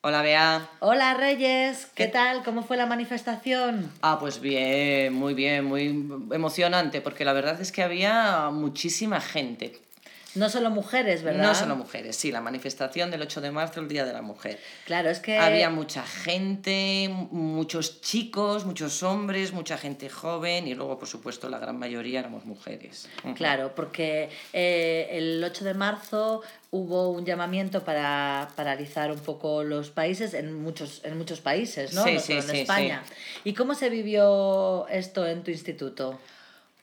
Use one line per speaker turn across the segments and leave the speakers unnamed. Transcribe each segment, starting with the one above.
Hola, Bea.
Hola Reyes, ¿qué
¿Qué-
tal? ¿Cómo fue la manifestación?
Ah, pues bien, muy bien, muy emocionante, porque la verdad es que había muchísima gente.
No solo mujeres, ¿verdad?
No solo mujeres, sí, la manifestación del 8 de marzo, el Día de la Mujer.
Claro, es que
Había mucha gente, mu- muchos chicos, muchos hombres, mucha gente joven y luego, por supuesto, la gran mayoría éramos mujeres. Ujú.
Claro, porque eh, el 8 de marzo hubo un llamamiento para paralizar un poco los países en muchos, en muchos países, ¿no?
Sí,
No
sí,
solo en
sí,
España. ¿Y cómo se vivió esto en tu instituto?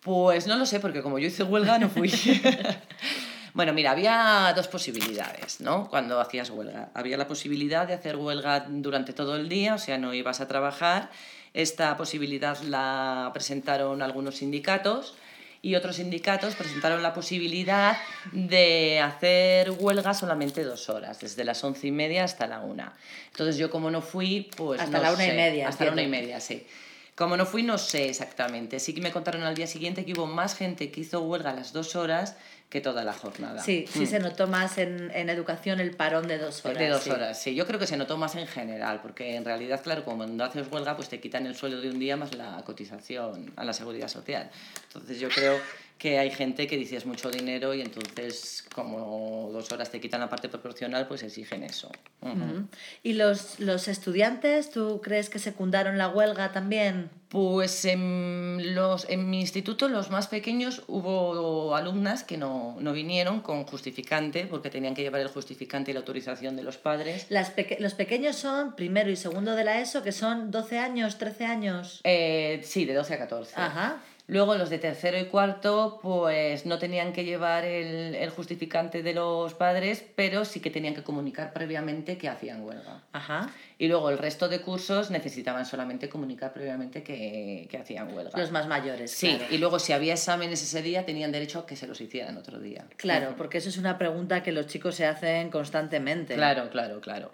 Pues no lo sé, porque como yo hice huelga no fui. bueno, mira, había dos posibilidades, ¿no? Cuando hacías huelga. Había la posibilidad de hacer huelga durante todo el día, o sea, no ibas a trabajar. Esta posibilidad la presentaron algunos sindicatos y otros sindicatos presentaron la posibilidad de hacer huelga solamente dos horas, desde las once y media hasta la una. Entonces yo como no fui, pues...
Hasta
no
la una y
sé.
media,
Hasta la una y
entiendo.
media, sí. Como no fui, no sé exactamente. Sí que me contaron al día siguiente que hubo más gente que hizo huelga a las dos horas que toda la jornada.
Sí, sí
Mm.
se notó más en, en educación el parón de dos horas.
de dos
sí.
horas, sí. Yo creo que se notó más en general, porque en realidad, claro, como cuando haces huelga, pues te quitan el sueldo de un día más la cotización a la seguridad social. Entonces yo creo que hay gente que dice es mucho dinero y entonces como dos horas te quitan la parte proporcional, pues exigen eso. Ujú.
Ujú. ¿Y los, los estudiantes, tú crees que secundaron la huelga también?
Pues en, los, en mi instituto, los más pequeños, hubo alumnas que no, no vinieron con justificante, porque tenían que llevar el justificante y la autorización de los padres.
Las peque- los pequeños son primero y segundo de la ESO, que son 12 años, 13 años.
Eh, sí, de 12 a 14.
Ajá.
Luego los de tercero y cuarto, pues no tenían que llevar el, el justificante de los padres, pero sí que tenían que comunicar previamente que hacían huelga.
Ajá.
Y luego el resto de cursos necesitaban solamente comunicar previamente que, que hacían huelga.
Los más mayores.
Sí,
Claro.
y luego si había exámenes ese día, tenían derecho a que se los hicieran otro día.
Claro, porque eso es una pregunta que los chicos se hacen constantemente.
Claro, claro, claro.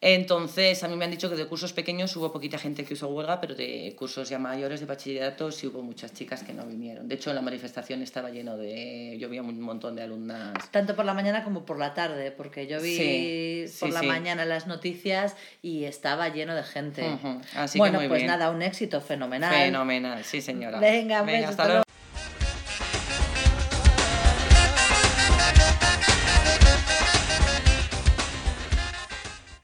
Entonces, a mí me han dicho que de cursos pequeños hubo poquita gente que hizo huelga, pero de cursos ya mayores de bachillerato sí hubo muchas chicas que no vinieron. De hecho, la manifestación estaba lleno de... Yo vi a un montón de alumnas.
Tanto por la mañana como por la tarde, porque yo vi
Sí,
por
sí,
la
sí.
mañana las noticias y estaba lleno de gente.
Ujú, Así
bueno,
que muy
pues
bien.
nada, un éxito fenomenal.
Fenomenal, sí señora.
Venga, un beso, hasta
luego.